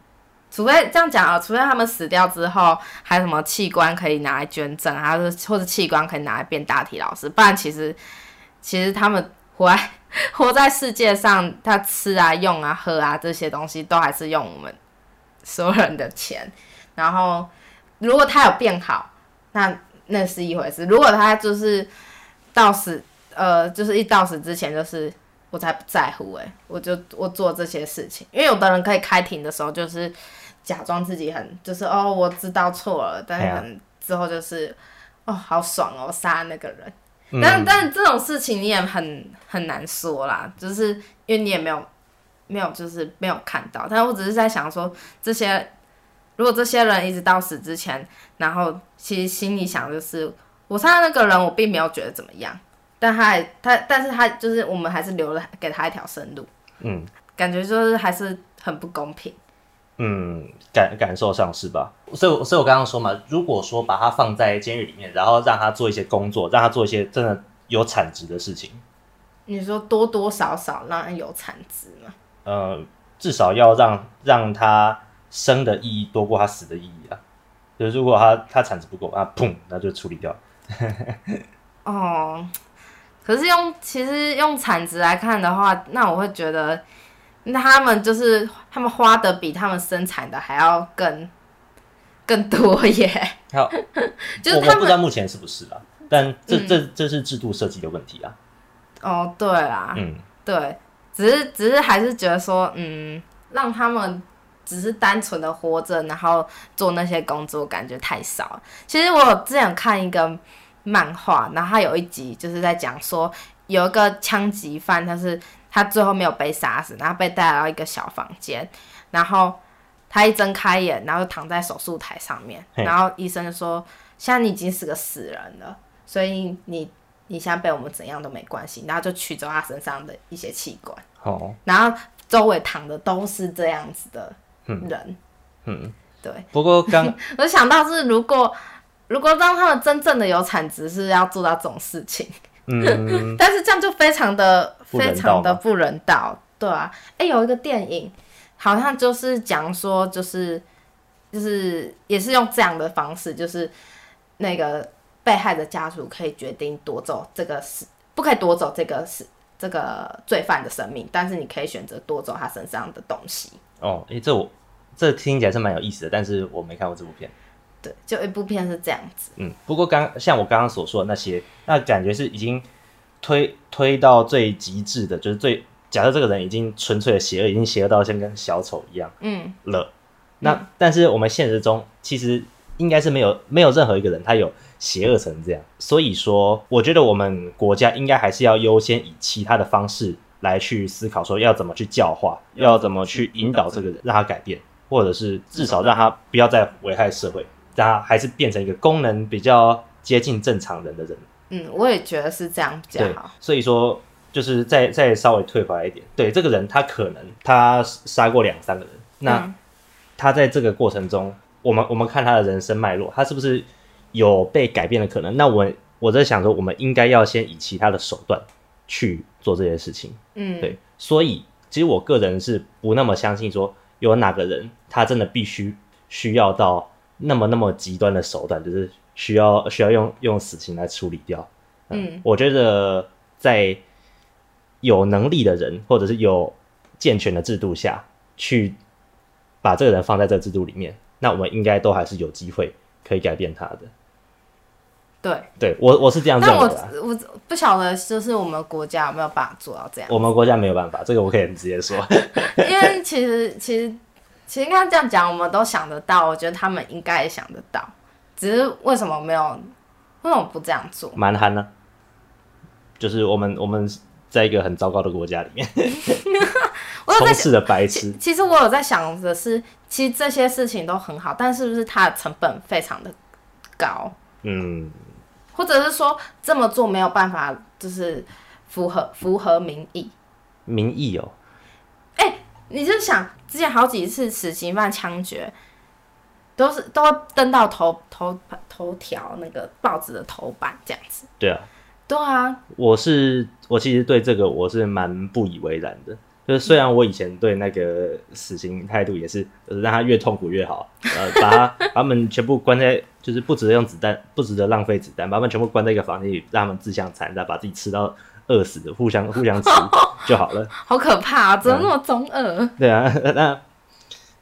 [SPEAKER 2] 除非这样讲啊，除非他们死掉之后，还有什么器官可以拿来捐赠，还有或者器官可以拿来变大体老师，不然其实其实他们活在 活在世界上，他吃啊、用啊、喝啊这些东西，都还是用我们所有人的钱。然后，如果他有变好，那那是一回事；如果他就是到死，呃，就是一到死之前，就是我才不在乎、欸，我就我做这些事情，因为有的人可以开庭的时候就是假装自己很，就是哦，我知道错了，但是
[SPEAKER 1] 哎呀
[SPEAKER 2] 可能之后就是。哦，好爽哦！杀那个人，
[SPEAKER 1] 嗯
[SPEAKER 2] 但但这种事情你也很很难说啦，就是因为你也没有没有就是没有看到，但我只是在想说，这些如果这些人一直到死之前，然后其实心里想就是，我杀的那个人我并没有觉得怎么样，但他还他但是他就是我们还是留了给他一条生路，
[SPEAKER 1] 嗯。
[SPEAKER 2] 感觉就是还是很不公平。
[SPEAKER 1] 嗯，感感受上是吧？所以我，所以我刚刚说嘛，如果说把他放在监狱里面，然后让他做一些工作，让他做一些真的有产值的事情，
[SPEAKER 2] 你说多多少少让人有产值嘛？
[SPEAKER 1] 呃，至少要让让他生的意义多过他死的意义啊。就是如果他他产值不够啊，砰，那就处理掉。
[SPEAKER 2] 哦，可是用其实用产值来看的话，那我会觉得，那他们就是他们花的比他们生产的还要更更多耶。
[SPEAKER 1] 好，
[SPEAKER 2] 就是
[SPEAKER 1] 我我
[SPEAKER 2] 他
[SPEAKER 1] 不知
[SPEAKER 2] 们
[SPEAKER 1] 道目前是不是啦，但这、这这是制度设计的问题啊。
[SPEAKER 2] 哦，对啦，
[SPEAKER 1] 嗯，
[SPEAKER 2] 对，只是只是还是觉得说，嗯，让他们只是单纯的活着，然后做那些工作，感觉太少了。其实我之前有看一个漫画，然后它有一集就是在讲说，有一个枪击犯，他是他最后没有被杀死，然后被带到一个小房间，然后他一睁开眼，然后躺在手术台上面，
[SPEAKER 1] 嘿
[SPEAKER 2] 然后医生就说：“现在你已经是个死人了，所以你你现在被我们怎样都没关系。”然后就取走他身上的一些器官，
[SPEAKER 1] 哦，
[SPEAKER 2] 然后周围躺的都是这样子的人。
[SPEAKER 1] 嗯，
[SPEAKER 2] 对，
[SPEAKER 1] 不过刚
[SPEAKER 2] 我想到是如果。如果让他们真正的有产值，是要做到这种事情，
[SPEAKER 1] 嗯，
[SPEAKER 2] 但是这样就非常的
[SPEAKER 1] 不人道吗
[SPEAKER 2] 非常的不人道，对啊。哎、有一个电影好像就是讲说，就是就是也是用这样的方式，就是那个被害的家属可以决定夺走这个死，不可以夺走这个死这个罪犯的生命，但是你可以选择夺走他身上的东西。
[SPEAKER 1] 哦，诶，这我这听起来是蛮有意思的，但是我没看过这部片。
[SPEAKER 2] 对，就一部片是这样子。
[SPEAKER 1] 嗯，不过刚像我刚刚所说的那些，那感觉是已经推推到最极致的，就是最假设这个人已经纯粹的邪恶，已经邪恶到像跟小丑一样
[SPEAKER 2] 嗯，
[SPEAKER 1] 了。那、但是我们现实中其实应该是没有没有任何一个人他有邪恶成这样，所以说我觉得我们国家应该还是要优先以其他的方式来去思考，说要怎么去教化，要怎么去引导这个人让他改变，或者是至少让他不要再危害社会，让他还是变成一个功能比较接近正常人的人。
[SPEAKER 2] 嗯，我也觉得是这样比较
[SPEAKER 1] 对
[SPEAKER 2] 好。，
[SPEAKER 1] 所以说就是再再稍微退回来一点，对这个人他可能他杀过两三个人，那、
[SPEAKER 2] 嗯
[SPEAKER 1] 他在这个过程中，我们我们看他的人生脉络，他是不是有被改变的可能？那我我在想说，我们应该要先以其他的手段去做这些事情。
[SPEAKER 2] 嗯，
[SPEAKER 1] 对，所以其实我个人是不那么相信说有哪个人他真的必须需要到那么那么极端的手段，就是需要需要用用死刑来处理掉。
[SPEAKER 2] 嗯，
[SPEAKER 1] 我觉得在有能力的人或者是有健全的制度下去把这个人放在这个制度里面，那我们应该都还是有机会可以改变他的。
[SPEAKER 2] 对。
[SPEAKER 1] 对我我是这样认
[SPEAKER 2] 但
[SPEAKER 1] 为
[SPEAKER 2] 我
[SPEAKER 1] 的啊。
[SPEAKER 2] 我不晓得，就是我们国家有没有办法做到这样？
[SPEAKER 1] 我们国家没有办法，这个我可以很直接说。
[SPEAKER 2] 因为其实其实其实应该这样讲，我们都想得到，我觉得他们应该也想得到，只是为什么没有，为什么不这样做？
[SPEAKER 1] 蛮憨呢、就是我们我们在一个很糟糕的国家里面，
[SPEAKER 2] 我有在
[SPEAKER 1] 充斥着白痴。
[SPEAKER 2] 其实我有在想的是，其实这些事情都很好，但是不是它的成本非常的高，
[SPEAKER 1] 嗯，
[SPEAKER 2] 或者是说这么做没有办法，就是符合符合民意？
[SPEAKER 1] 民意哦，
[SPEAKER 2] 你就想之前好几次死刑犯枪决，都是都会登到头头头条那个报纸的头版这样子。
[SPEAKER 1] 对啊，
[SPEAKER 2] 对啊，
[SPEAKER 1] 我是我其实对这个我是蛮不以为然的。就是虽然我以前对那个死刑态度也是，呃让他越痛苦越好，呃，把他 把他们全部关在，就是不值得用子弹，不值得浪费子弹，把他们全部关在一个房间里，让他们自相残杀，把自己吃到饿死，互相互相吃就好了。
[SPEAKER 2] 好可怕啊！怎么那么中二？
[SPEAKER 1] 对啊，那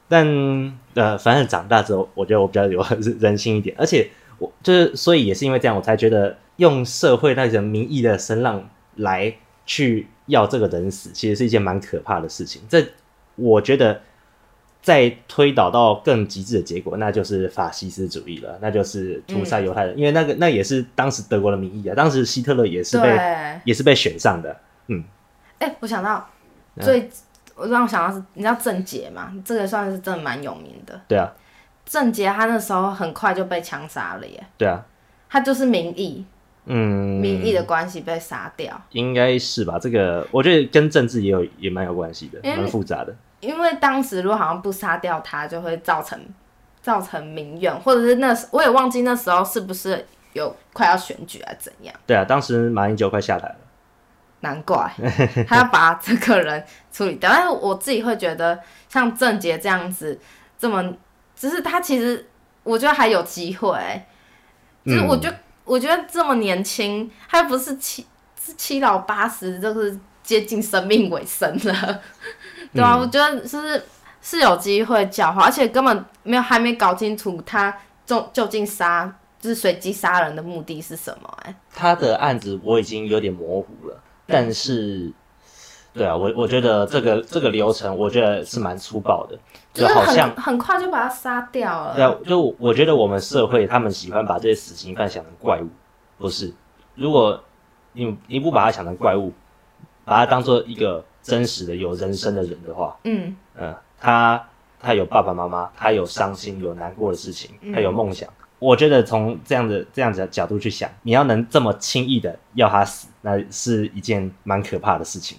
[SPEAKER 1] 但呃，反正长大之后，我觉得我比较有 人性一点，而且我就是所以也是因为这样，我才觉得用社会那种民意的声浪来去要这个人死，其实是一件蛮可怕的事情。这我觉得再推导到更极致的结果，那就是法西斯主义了，那就是屠杀犹太人，因为那个那也是当时德国的民意啊，当时希特勒也是
[SPEAKER 2] 对，
[SPEAKER 1] 被
[SPEAKER 2] 哎、
[SPEAKER 1] 也是被选上的，
[SPEAKER 2] 我想到
[SPEAKER 1] 嗯
[SPEAKER 2] 最，我让我想到是，你知道郑杰吗？这个算是真的蛮有名的。
[SPEAKER 1] 对啊，
[SPEAKER 2] 郑杰他那时候很快就被枪杀了耶，
[SPEAKER 1] 对啊，
[SPEAKER 2] 他就是民意
[SPEAKER 1] 嗯，
[SPEAKER 2] 民意的关系被杀掉。
[SPEAKER 1] 应该是吧，这个我觉得跟政治也有也蛮有关系的，
[SPEAKER 2] 因为
[SPEAKER 1] 蛮复杂的。
[SPEAKER 2] 因为当时如果好像不杀掉他，就会造成造成民怨，或者是那时我也忘记那时候是不是有快要选举啊怎样？
[SPEAKER 1] 对啊，当时马英九快下台了，
[SPEAKER 2] 难怪 他要把这个人处理掉。但是我自己会觉得，像郑杰这样子，这么就是他其实我觉得还有机会、就是
[SPEAKER 1] 嗯
[SPEAKER 2] 我觉得、我觉得这么年轻，他又不是七是七老八十，就是接近生命尾声了， 对
[SPEAKER 1] 嗯
[SPEAKER 2] 啊，我觉得就是是有机会教化，而且根本没有还没搞清楚他究究竟杀就是随机杀人的目的是什么、哎，
[SPEAKER 1] 他的案子我已经有点模糊了，但是，对啊，我我觉得这个这个流程，我觉得是蛮粗暴的，
[SPEAKER 2] 就
[SPEAKER 1] 就是好像
[SPEAKER 2] 很很快就把他杀掉了。
[SPEAKER 1] 对啊，就我我觉得我们社会他们喜欢把这些死刑犯想成怪物，不是？如果你你不把他想成怪物，把他当做一个真实的有人生的人的话，
[SPEAKER 2] 嗯，
[SPEAKER 1] 嗯，他他有爸爸妈妈，他有伤心有难过的事情，
[SPEAKER 2] 嗯
[SPEAKER 1] 他有梦想。我觉得从这样的这样子的角度去想，你要能这么轻易的要他死，那是一件蛮可怕的事情。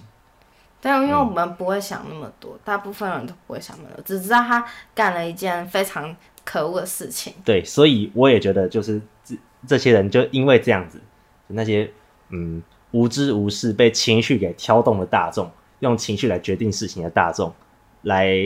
[SPEAKER 2] 但啊因为我们不会想那么多，大部分人都不会想那么多，只知道他干了一件非常可恶的事情。
[SPEAKER 1] 对，所以我也觉得，就是这这些人就因为这样子，那些嗯无知无视、被情绪给挑动的大众，用情绪来决定事情的大众，来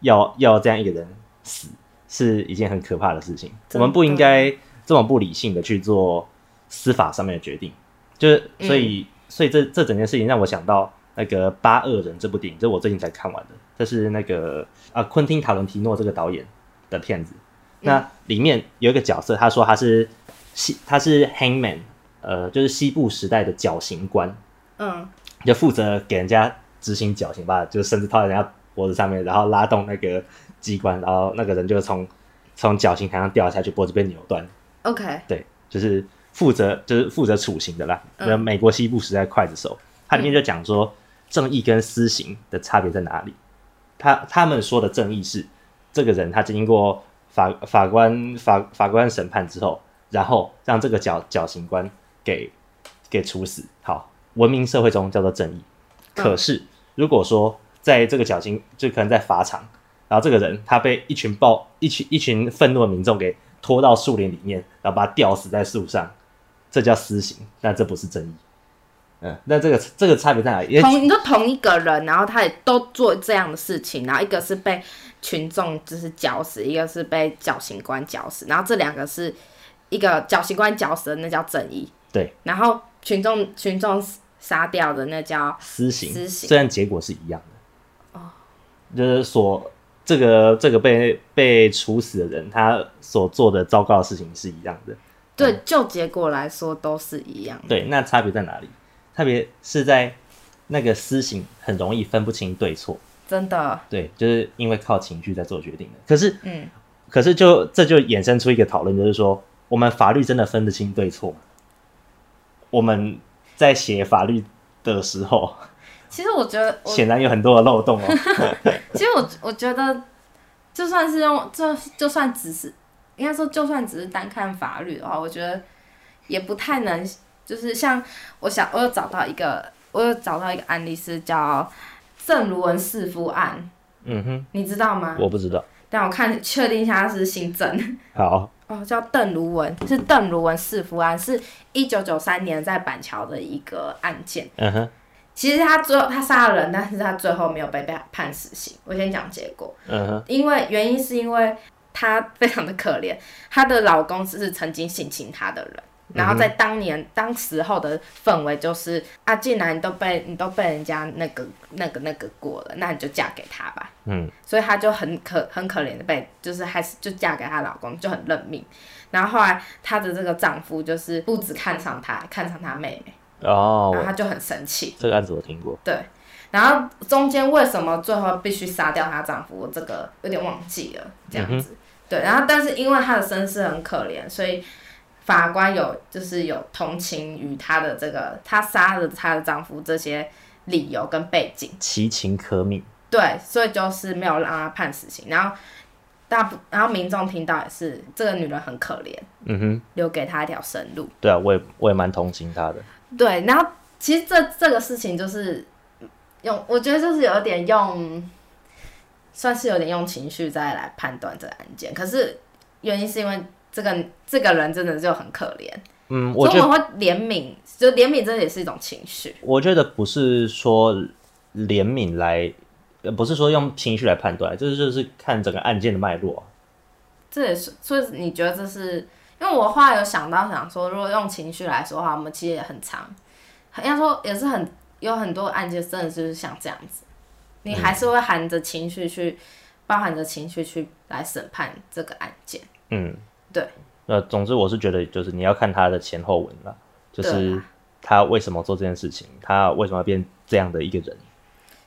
[SPEAKER 1] 要要这样一个人死，是一件很可怕的事情。我
[SPEAKER 2] 真的
[SPEAKER 1] 们不应该这么不理性的去做司法上面的决定，就是所以、所以这这整件事情让我想到。那个《八恶人》这部电影，这我最近才看完的，这是那个啊，昆汀·塔伦提诺这个导演的片子。那里面有一个角色，他说他是西，他是 hangman，呃，就是西部时代的绞刑官，
[SPEAKER 2] 嗯，
[SPEAKER 1] 就负责给人家执行绞刑吧，就是绳子套在人家脖子上面，然后拉动那个机关，然后那个人就从从绞刑台上掉下去，脖子被扭断。
[SPEAKER 2] OK，
[SPEAKER 1] 对，就是负责就是负责处刑的啦。
[SPEAKER 2] 嗯
[SPEAKER 1] 那、美国西部时代刽子手，它里面就讲说正义跟私刑的差别在哪里。他他们说的正义是，这个人他经过法法官法法官审判之后，然后让这个绞绞刑官给给处死。好，文明社会中叫做正义。
[SPEAKER 2] 嗯
[SPEAKER 1] 可是如果说在这个绞刑，就可能在法场，然后这个人他被一群暴一群一群愤怒的民众给拖到树林里面，然后把他吊死在树上，这叫私刑，那这不是正义。嗯，那这个这个差别在哪里？因为
[SPEAKER 2] 同你说同一个人，然后他也都做这样的事情，然后一个是被群众就是绞死，一个是被绞刑官绞死，然后这两个是一个绞刑官绞死的那叫正义，
[SPEAKER 1] 对，
[SPEAKER 2] 然后群众群众杀掉的那叫
[SPEAKER 1] 哎私刑，
[SPEAKER 2] 私刑
[SPEAKER 1] 虽然结果是一样的，就是所这个这个被被处死的人，他所做的糟糕的事情是一样的。
[SPEAKER 2] 对，就结果来说都是一样的。
[SPEAKER 1] 对，那差别在哪里？差别是在那个私刑很容易分不清对错，
[SPEAKER 2] 真的，
[SPEAKER 1] 对，就是因为靠情绪在做决定的。可是，
[SPEAKER 2] 嗯，
[SPEAKER 1] 可是就这就衍生出一个讨论，就是说，我们法律真的分得清对错吗？我们在写法律的时候，
[SPEAKER 2] 其实我觉得，我
[SPEAKER 1] 显然有很多的漏 洞哦。
[SPEAKER 2] 其实我我觉得，就算是用就就算只是应该说，就算只是单看法律的话，我觉得也不太能，就是像我想，我有找到一个，我有找到一个案例是叫郑如文弑夫案，
[SPEAKER 1] 嗯哼，
[SPEAKER 2] 你知道吗？
[SPEAKER 1] 我不知道。
[SPEAKER 2] 但我看确定一下，他是姓郑。
[SPEAKER 1] 好，
[SPEAKER 2] 哦，叫邓如文，是邓如文弑夫案，是一九九三年在板桥的一个案件。
[SPEAKER 1] 嗯哼，
[SPEAKER 2] 其实他最后他杀了人，但是他最后没有被判判死刑。我先讲结果，
[SPEAKER 1] 嗯哼，
[SPEAKER 2] 因为原因是因为她非常的可怜，她的老公是曾经性侵她的人，
[SPEAKER 1] 嗯
[SPEAKER 2] 然后在当年、当时候的氛围就是啊，既然你都被你都被人家那个那个那个过了，那你就嫁给他吧。
[SPEAKER 1] 嗯，
[SPEAKER 2] 所以她就很可很可怜的被，就是还是就嫁给她老公，就很认命。然后后来她的这个丈夫就是不止看上她，看上她妹妹，
[SPEAKER 1] 哦，我
[SPEAKER 2] 然后她就很生气。
[SPEAKER 1] 这个案子我听过。
[SPEAKER 2] 对，然后中间为什么最后必须杀掉她丈夫，我这个有点忘记了，这样
[SPEAKER 1] 嗯
[SPEAKER 2] 子。对，然后但是因为她的身世很可怜，所以法官有就是有同情于她的这个她杀了她的丈夫这些理由跟背景。
[SPEAKER 1] 其情可悯，
[SPEAKER 2] 对，所以就是没有让她判死刑。然后大部，然后民众听到也是这个女人很可怜，
[SPEAKER 1] 嗯哼，
[SPEAKER 2] 留给她一条生路。
[SPEAKER 1] 对啊，我也我也蛮同情他的，
[SPEAKER 2] 对，然后其实这这个事情就是用，我觉得就是有点用，算是有点用情绪再来判断这个案件。可是原因是因为这个这个人真的就很可怜，
[SPEAKER 1] 嗯，我
[SPEAKER 2] 所以
[SPEAKER 1] 觉
[SPEAKER 2] 我
[SPEAKER 1] 得
[SPEAKER 2] 们会怜悯，就怜悯这也是一种情绪。
[SPEAKER 1] 我觉得不是说怜悯来，呃不是说用情绪来判断，就是就是看整个案件的脉络。啊
[SPEAKER 2] 这也是，所以你觉得这是？因为我后来有想到，想说如果用情绪来说的话，我们其实也很长，应该说也是很有很多案件真的就是像这样子，你还是会含着情绪去，包含着情绪去来审判这个案件。
[SPEAKER 1] 嗯，
[SPEAKER 2] 对。
[SPEAKER 1] 呃，总之我是觉得，就是你要看他的前后文了，就
[SPEAKER 2] 对啊
[SPEAKER 1] 是他为什么做这件事情，他为什么要变这样的一个人。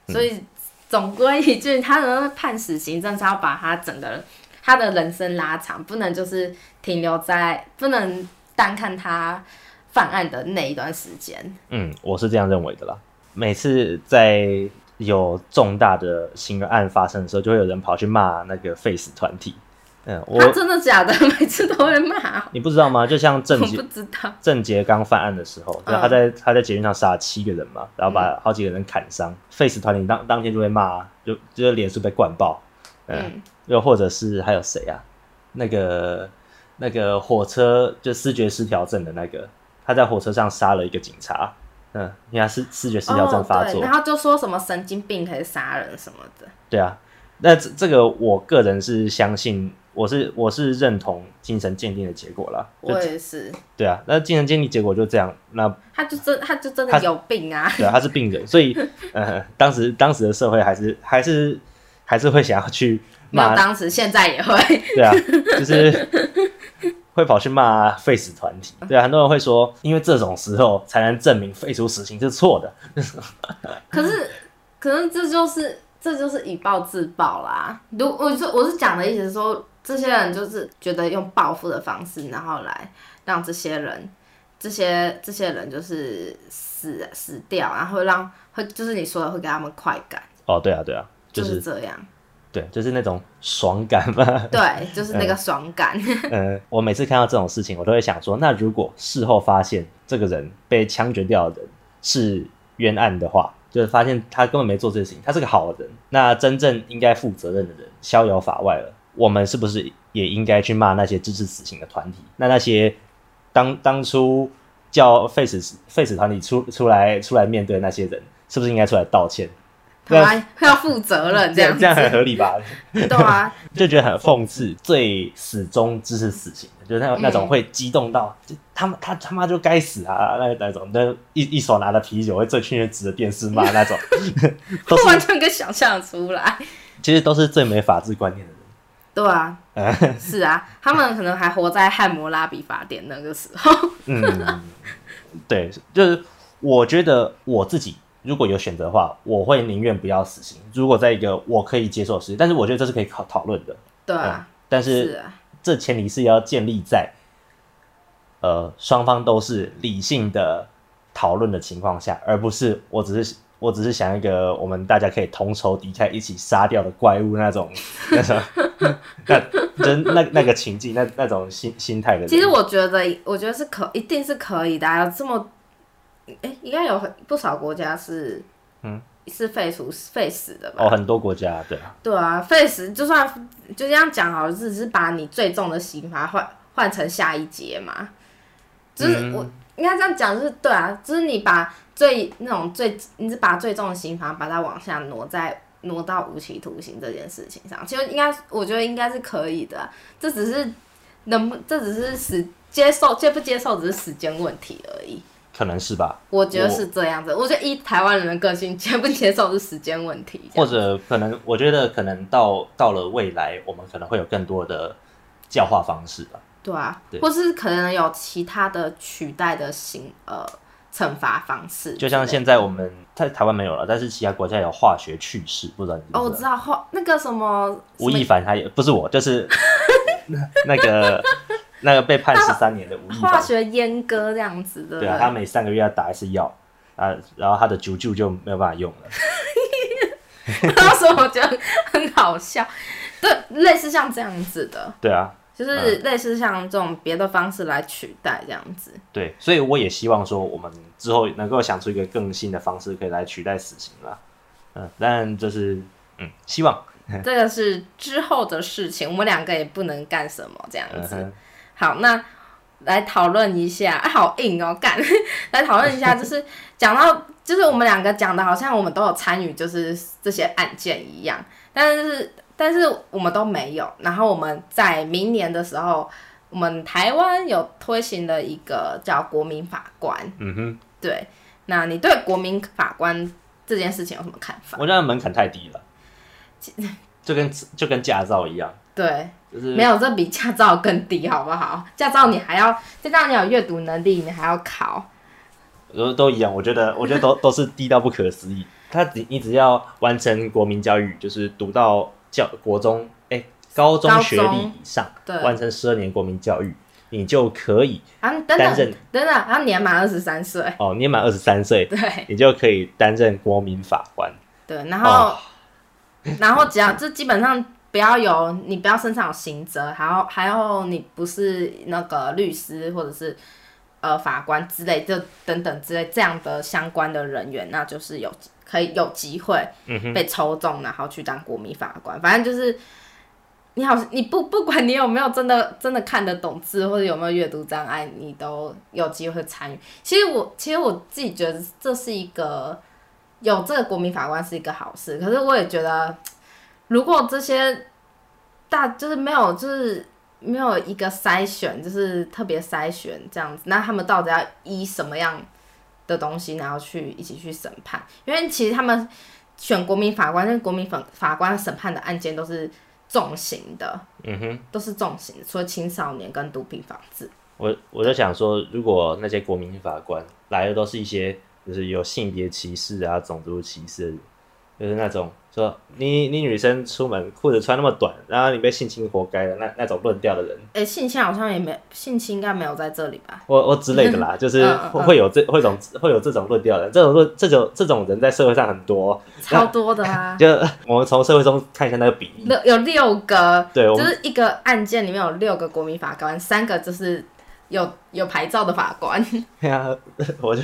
[SPEAKER 2] 所以总归一句，他能判死刑，正是要把他整个他的人生拉长，不能就是停留在，不能单看他犯案的那一段时间。
[SPEAKER 1] 嗯，我是这样认为的啦。每次在有重大的刑案发生的时候，就会有人跑去骂那个 Face 团体。嗯，我
[SPEAKER 2] 他真的假的？ 每次都会骂，
[SPEAKER 1] 你不知道吗？就像
[SPEAKER 2] 我
[SPEAKER 1] 郑
[SPEAKER 2] 不
[SPEAKER 1] 杰
[SPEAKER 2] 知道。
[SPEAKER 1] 郑杰刚犯案的时候，
[SPEAKER 2] 嗯
[SPEAKER 1] 然后他在、他在捷运上杀了七个人嘛，然后把好几个人砍伤。Face 团体当当天就被骂啊，就就是脸书被灌爆。嗯，
[SPEAKER 2] 嗯，
[SPEAKER 1] 又或者是还有谁啊？那个那个火车就视觉失调症的那个，他在火车上杀了一个警察。嗯，因为他是视觉失调症
[SPEAKER 2] 哦
[SPEAKER 1] 发
[SPEAKER 2] 对
[SPEAKER 1] 作。
[SPEAKER 2] 然后就说什么神经病可以杀人什么的。
[SPEAKER 1] 对啊，那这这个我个人是相信，我是我是认同精神鉴定的结果啦。就
[SPEAKER 2] 我也是，
[SPEAKER 1] 对啊，那精神鉴定结果就这样，那
[SPEAKER 2] 他就真他就真的
[SPEAKER 1] 他
[SPEAKER 2] 有病啊！
[SPEAKER 1] 对啊、他是病人，所以呃，当时当时的社会还是还是还是会想要去
[SPEAKER 2] 没有
[SPEAKER 1] 骂，
[SPEAKER 2] 当时，现在也会。
[SPEAKER 1] 对啊，就是会跑去骂 face 团体，对啊，很多人会说，因为这种时候才能证明废除死刑是错的，
[SPEAKER 2] 可是，可是这就是这就是以暴制暴啦。如我是我是讲的意思是说，这些人就是觉得用报复的方式，然后来让这些人，这些这些人就是死死掉，然后让会就是你说的会给他们快感，
[SPEAKER 1] 哦，对啊，对啊，
[SPEAKER 2] 就
[SPEAKER 1] 就是是
[SPEAKER 2] 这样。
[SPEAKER 1] 对，就是那种爽感嘛。
[SPEAKER 2] 对，就是那个爽 感。
[SPEAKER 1] 呃，我每次看到这种事情，我都会想说，那如果事后发现这个人被枪决掉的人是冤案的话，就是发现他根本没做这些事情，他是个好人，那真正应该负责任的人逍遥法外了。我们是不是也应该去骂那些支持死刑的团体？那那些当当初叫 face face 团体出出来出来面对的那些人，是不是应该出来道歉？
[SPEAKER 2] 他们啊要负责任这样
[SPEAKER 1] 啊这样很
[SPEAKER 2] 子，
[SPEAKER 1] 合理吧？
[SPEAKER 2] 对啊，
[SPEAKER 1] 就觉得很讽刺，最始终支持死刑的，就是那种
[SPEAKER 2] 嗯
[SPEAKER 1] 那种会激动到，就他们他他妈就该死啊，那那种，那一一手拿着啤酒，会最去人指着电视骂那种， 都
[SPEAKER 2] 完
[SPEAKER 1] 是
[SPEAKER 2] 全可以想象得出来。
[SPEAKER 1] 其实都是最没法治观念的人。
[SPEAKER 2] 对啊，是啊，他们可能还活在汉谟拉比法典那个时候。
[SPEAKER 1] 嗯，对，就是我觉得我自己如果有选择的话，我会宁愿不要死刑。如果在一个我可以接受的时间，但是我觉得这是可以讨讨论的。
[SPEAKER 2] 对
[SPEAKER 1] 嗯
[SPEAKER 2] 啊，，
[SPEAKER 1] 但
[SPEAKER 2] 是
[SPEAKER 1] 是
[SPEAKER 2] 啊。
[SPEAKER 1] 这前提是要建立在呃双方都是理性的讨论的情况下，而不是我只是我只是想一个我们大家可以同仇敌忾一起杀掉的怪物那种 那种那真那那个情境那那种心心态的人。
[SPEAKER 2] 其实我觉得，我觉得是可，一定是可以的、啊。有这么，哎、应该有很不少国家是，
[SPEAKER 1] 嗯，
[SPEAKER 2] 是废除废死的吧？
[SPEAKER 1] 哦，很多国家对啊，
[SPEAKER 2] 对啊，废死就算就这样讲好了，只是把你最重的刑罚换换成下一节嘛。就是
[SPEAKER 1] 嗯
[SPEAKER 2] 我、应该这样讲，就是对啊，就是你把最那种最，你是把最重的刑罚把它往下挪在。挪到无期徒刑这件事情上，其实应该，我觉得应该是可以的啊、这只是能不，这只是时接受接不接受，只是时间问题而已。
[SPEAKER 1] 可能是吧，
[SPEAKER 2] 我觉得
[SPEAKER 1] 我
[SPEAKER 2] 是这样子，我觉得依台湾人的个性，接不接受是时间问题这样。
[SPEAKER 1] 或者可能我觉得可能到到了未来，我们可能会有更多的教化方式吧。
[SPEAKER 2] 对啊，
[SPEAKER 1] 对
[SPEAKER 2] 或是可能有其他的取代的刑呃惩罚方式，
[SPEAKER 1] 就像现在我们在台湾没有了，但是其他国家有化学去世，不知道你知不
[SPEAKER 2] 哦，我知道后那个什么
[SPEAKER 1] 吴亦
[SPEAKER 2] 什
[SPEAKER 1] 凡他也不是我，就是 那个那个被判十三年的吴
[SPEAKER 2] 么
[SPEAKER 1] 亦
[SPEAKER 2] 化
[SPEAKER 1] 凡，
[SPEAKER 2] 学阉割这样子的，
[SPEAKER 1] 对啊，他每三个月要打一次药啊，然后他的啾啾就没有办法用了。
[SPEAKER 2] 当时我觉得很好笑，对，类似像这样子的，
[SPEAKER 1] 对啊，
[SPEAKER 2] 就是类似像这种别的方式来取代这样 子，
[SPEAKER 1] 对，所以我也希望说我们之后能够想出一个更新的方式，可以来取代死刑啦。嗯，但这是嗯，希望。
[SPEAKER 2] 这个是之后的事情，我们两个也不能干什么这样
[SPEAKER 1] 嗯
[SPEAKER 2] 子。
[SPEAKER 1] 哼，
[SPEAKER 2] 好，那来讨论一下，啊，好硬哦， 干，来讨论一下，就是讲到，就是我们两个讲的，好像我们都有参与，就是这些案件一样，但是但是我们都没有。然后我们在明年的时候，我们台湾有推行了一个叫国民法官，
[SPEAKER 1] 嗯哼，
[SPEAKER 2] 对，那你对国民法官这件事情有什么看法？
[SPEAKER 1] 我觉得门槛太低了，就跟就跟驾照一样，
[SPEAKER 2] 对，
[SPEAKER 1] 就是
[SPEAKER 2] 没有，这比驾照更低，好不好？驾照你还要，驾照你有阅读能力，你还要考。
[SPEAKER 1] 都都一样。我觉 得我觉得都都是低到不可思议。他只你只要完成国民教育，就是读到教国中哎、高中
[SPEAKER 2] 高
[SPEAKER 1] 学历
[SPEAKER 2] 中
[SPEAKER 1] 以上，
[SPEAKER 2] 对
[SPEAKER 1] 完成十二年国民教育，你就可以
[SPEAKER 2] 啊，等
[SPEAKER 1] 担
[SPEAKER 2] 等
[SPEAKER 1] 任
[SPEAKER 2] 等等，然后年满二十三岁，
[SPEAKER 1] 哦，你也满二十三岁，
[SPEAKER 2] 对
[SPEAKER 1] 你就可以担任国民法官。
[SPEAKER 2] 对，然后、
[SPEAKER 1] 哦
[SPEAKER 2] 然后只要这基本上不要有你不要身上有刑责，还要还有你不是那个律师或者是呃法官之类，就等等之类这样的相关的人员，那就是有可以有机会
[SPEAKER 1] 嗯哼，
[SPEAKER 2] 被抽中，然后去当国民法官，反正就是。你好，你不不管你有没有真的真的看得懂字，或者有没有阅读障碍，你都有机会参与。其实我其实我自己觉得这是一个有这个国民法官是一个好事，可是我也觉得，如果这些大就是没有就是没有一个筛选，就是特别筛选这样子，那他们到底要依什么样的东西，然后去一起去审判？因为其实他们选国民法官，跟国民法法官审判的案件都是重刑的，
[SPEAKER 1] 嗯哼。
[SPEAKER 2] 都是重刑，除了青少年跟毒品防治。
[SPEAKER 1] 我我在想说，如果那些国民法官来的都是一些就是有性别歧视啊、种族歧视的人，就是那种说你你女生出门裤子穿那么短，然后你被性侵活该的那那种论调的人，
[SPEAKER 2] 诶、性侵好像也没性侵，应该没有在这里吧？
[SPEAKER 1] 我我之类的 啦，就是
[SPEAKER 2] 嗯嗯
[SPEAKER 1] 会会有这会有种会有这种论调的人，这种论这种这种人在社会上很多，！
[SPEAKER 2] 超多的啊
[SPEAKER 1] 就我们从社会中看一下那个比例，
[SPEAKER 2] 六有六个，
[SPEAKER 1] 对我
[SPEAKER 2] 就
[SPEAKER 1] 们
[SPEAKER 2] 是一个案件里面有六个国民法官，三个就是有有牌照的法官。
[SPEAKER 1] 对啊， 我就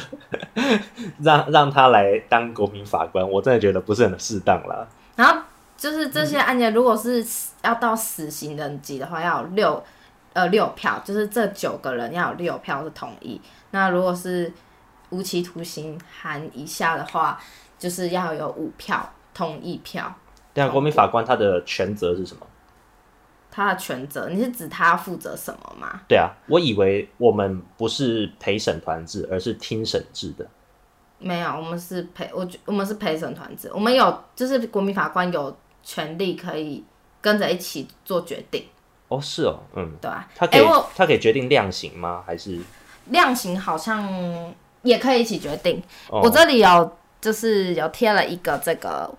[SPEAKER 1] 让让他来当国民法官，我真的觉得不是很适当啦。
[SPEAKER 2] 然后就是这些案件，如果是要到死刑等级的话，要有六呃六票，就是这九个人要有六票是同意。那如果是无期徒刑含以下的话，就是要有五票同意票。
[SPEAKER 1] 对啊，国民法官他的权责是什么？
[SPEAKER 2] 他的权责，你是指他要负责什么吗？
[SPEAKER 1] 对啊，我以为我们不是陪审团制，而是听审制的。
[SPEAKER 2] 没有，我们是陪我觉我们是陪审团制，我们有就是国民法官有权利可以跟着一起做决定，
[SPEAKER 1] 哦，是哦，嗯，
[SPEAKER 2] 对吧、
[SPEAKER 1] 他可
[SPEAKER 2] 哎、
[SPEAKER 1] 以、
[SPEAKER 2] 我
[SPEAKER 1] 他可以决定量刑吗？还是
[SPEAKER 2] 量刑好像也可以一起决定。
[SPEAKER 1] 哦
[SPEAKER 2] 我这里有就是有贴了一个这个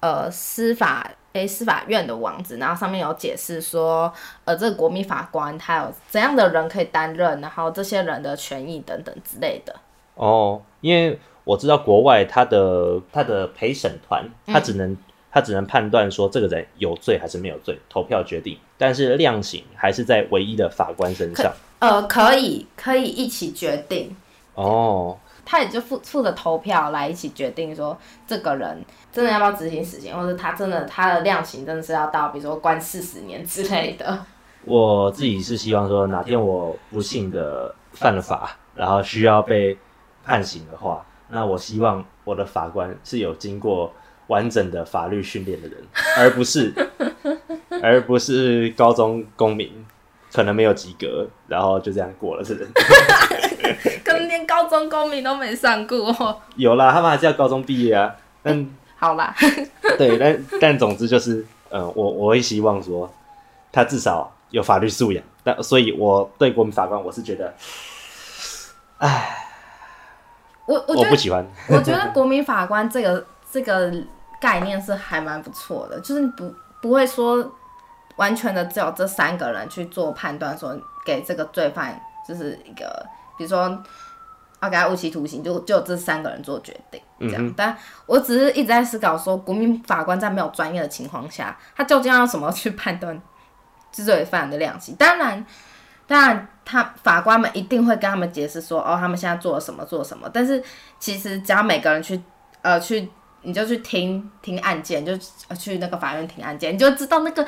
[SPEAKER 2] 呃司法诶、司法院的网址，然后上面有解释说，呃，这个国民法官他有怎样的人可以担任，然后这些人的权益等等之类的。
[SPEAKER 1] 哦，因为我知道国外他的他的陪审团，他只能、他只能判断说这个人有罪还是没有罪，投票决定，但是量刑还是在唯一的法官身上。
[SPEAKER 2] 呃，可以可以一起决定，
[SPEAKER 1] 哦，
[SPEAKER 2] 他也就负负责投票来一起决定说这个人真的要不要执行死刑，或者他真的他的量刑真的是要到比如说关四十年之类的。
[SPEAKER 1] 我自己是希望说，哪天我不幸的犯了法，然后需要被判刑的话，那我希望我的法官是有经过完整的法律训练的人， 而不是而不是高中公民，可能没有及格，然后就这样过了是 人。
[SPEAKER 2] 可能连高中公民都没上过。
[SPEAKER 1] 有啦，他们还是要高中毕业啊。但
[SPEAKER 2] 好啦，
[SPEAKER 1] 对，但但总之就是，嗯，我我会希望说，他至少有法律素养。但所以，我对国民法官，我是觉得
[SPEAKER 2] 我我
[SPEAKER 1] 我
[SPEAKER 2] 觉
[SPEAKER 1] 不
[SPEAKER 2] 得
[SPEAKER 1] 喜欢。
[SPEAKER 2] 我觉得国民法官这个这个概念是还蛮不错的，就是不不会说完全的只有这三个人去做判断，说给这个罪犯就是一个，比如说要给他无期徒刑，就就这三个人做决定这样。但我只是一直在思考说，国民法官在没有专业的情况下，他究竟要怎么去判断罪犯的量刑？当然。当然，他法官们一定会跟他们解释说，哦，他们现在做了什么，做了什么。但是其实只要每个人去呃去，你就去听听案件，就呃去那个法院听案件，你就知道那个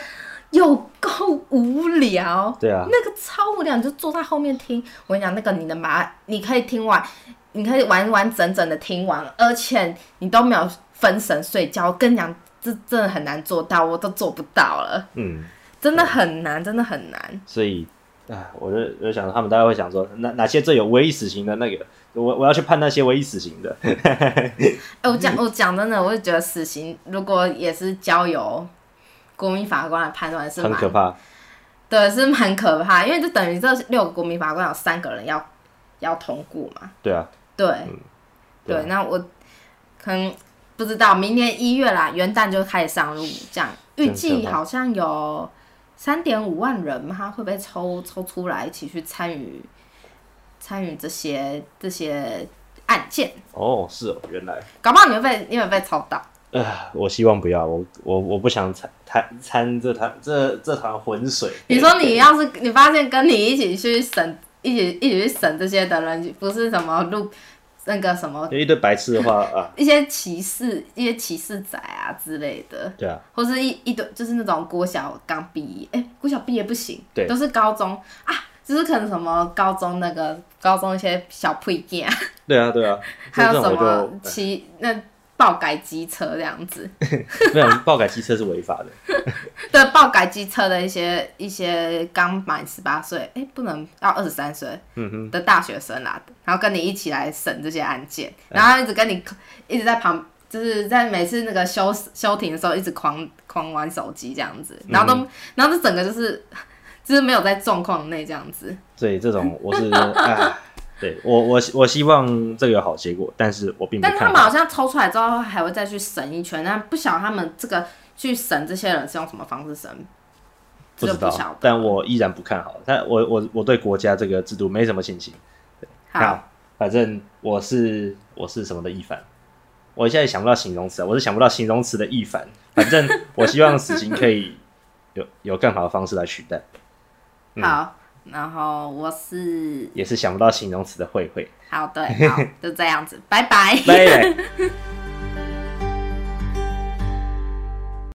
[SPEAKER 2] 有够无聊。
[SPEAKER 1] 对啊，
[SPEAKER 2] 那个超无聊，你就坐在后面听。我跟你讲，那个你能把它，你可以听完，你可以完完整整的听完，而且你都没有分神睡觉。我跟你讲，这真的很难做到，我都做不到了，
[SPEAKER 1] 嗯，
[SPEAKER 2] 真的很难，真的很难。
[SPEAKER 1] 所以啊，我就我就想他们大概会想说，哪哪些最有唯一死刑的那个，我我要去判那些唯一死 刑的。
[SPEAKER 2] 哎、我
[SPEAKER 1] 嗯
[SPEAKER 2] 讲我讲真的，我就觉得死刑如果也是交由国民法官来判断是
[SPEAKER 1] 很
[SPEAKER 2] 蛮
[SPEAKER 1] 可怕。
[SPEAKER 2] 对，是蛮可怕，因为就等于这六个国民法官有三个人要要通过嘛。
[SPEAKER 1] 对啊，
[SPEAKER 2] 对，
[SPEAKER 1] 对啊
[SPEAKER 2] 嗯对，那我可能不知道，明年一月啦，元旦就开始上路，这样预
[SPEAKER 1] 真
[SPEAKER 2] 计
[SPEAKER 1] 可怕
[SPEAKER 2] 好像有三点五万人嘛，会被抽抽出来一起去参与参与这些这些案件，
[SPEAKER 1] 哦，是哦，原来，
[SPEAKER 2] 搞不好你会被你会被抽到。
[SPEAKER 1] 呃，我希望不要，我我我不想参参参这团这这团浑水。
[SPEAKER 2] 你说你要是你发现跟你一起去审一起一起去审这些的人，不是什么路那个什么
[SPEAKER 1] 有一堆白痴的话啊，
[SPEAKER 2] 一些歧视、一些歧视仔啊之类的，
[SPEAKER 1] 对啊，
[SPEAKER 2] 或是一一堆就是那种国小刚毕业，哎、国小毕业不行，
[SPEAKER 1] 对
[SPEAKER 2] 都是高中啊，就是可能什么高中那个高中一些小配件啊，
[SPEAKER 1] 对啊，对啊，
[SPEAKER 2] 还有
[SPEAKER 1] 这
[SPEAKER 2] 什
[SPEAKER 1] 种我
[SPEAKER 2] 么
[SPEAKER 1] 就
[SPEAKER 2] 骑那爆改机车这样子，
[SPEAKER 1] 没有爆改机车是违法的。
[SPEAKER 2] 对，爆改机车的一些一些刚满十八岁，哎、不能到二十三岁，
[SPEAKER 1] 嗯哼，
[SPEAKER 2] 的大学生啦，然后跟你一起来审这些案件，然后一直跟你一直在旁，就是在每次那个休休庭的时候，一直狂狂玩手机这样
[SPEAKER 1] 嗯
[SPEAKER 2] 子，然后都，然后这整个就是就是没有在状况内这样子，
[SPEAKER 1] 所以这种我是啊，对我我我希望这个有好结果，但是我并不
[SPEAKER 2] 但是他
[SPEAKER 1] 看
[SPEAKER 2] 们
[SPEAKER 1] 好。
[SPEAKER 2] 好像抽出来之后还会再去审一圈，但不晓得他们这个去审这些人是用什么方式审，
[SPEAKER 1] 不知
[SPEAKER 2] 这就不晓
[SPEAKER 1] 道
[SPEAKER 2] 得，。
[SPEAKER 1] 但我依然不看好。但我我我对国家这个制度没什么信心。
[SPEAKER 2] 好，
[SPEAKER 1] 反正我是我是什么的一凡，我现在想不到形容词啊，我是想不到形容词的一凡。反正我希望死刑可以有有更好的方式来取代，嗯
[SPEAKER 2] 好，然后我是
[SPEAKER 1] 也是想不到形容词的慧慧。
[SPEAKER 2] 好对，好就这样子，拜拜。
[SPEAKER 1] 拜拜。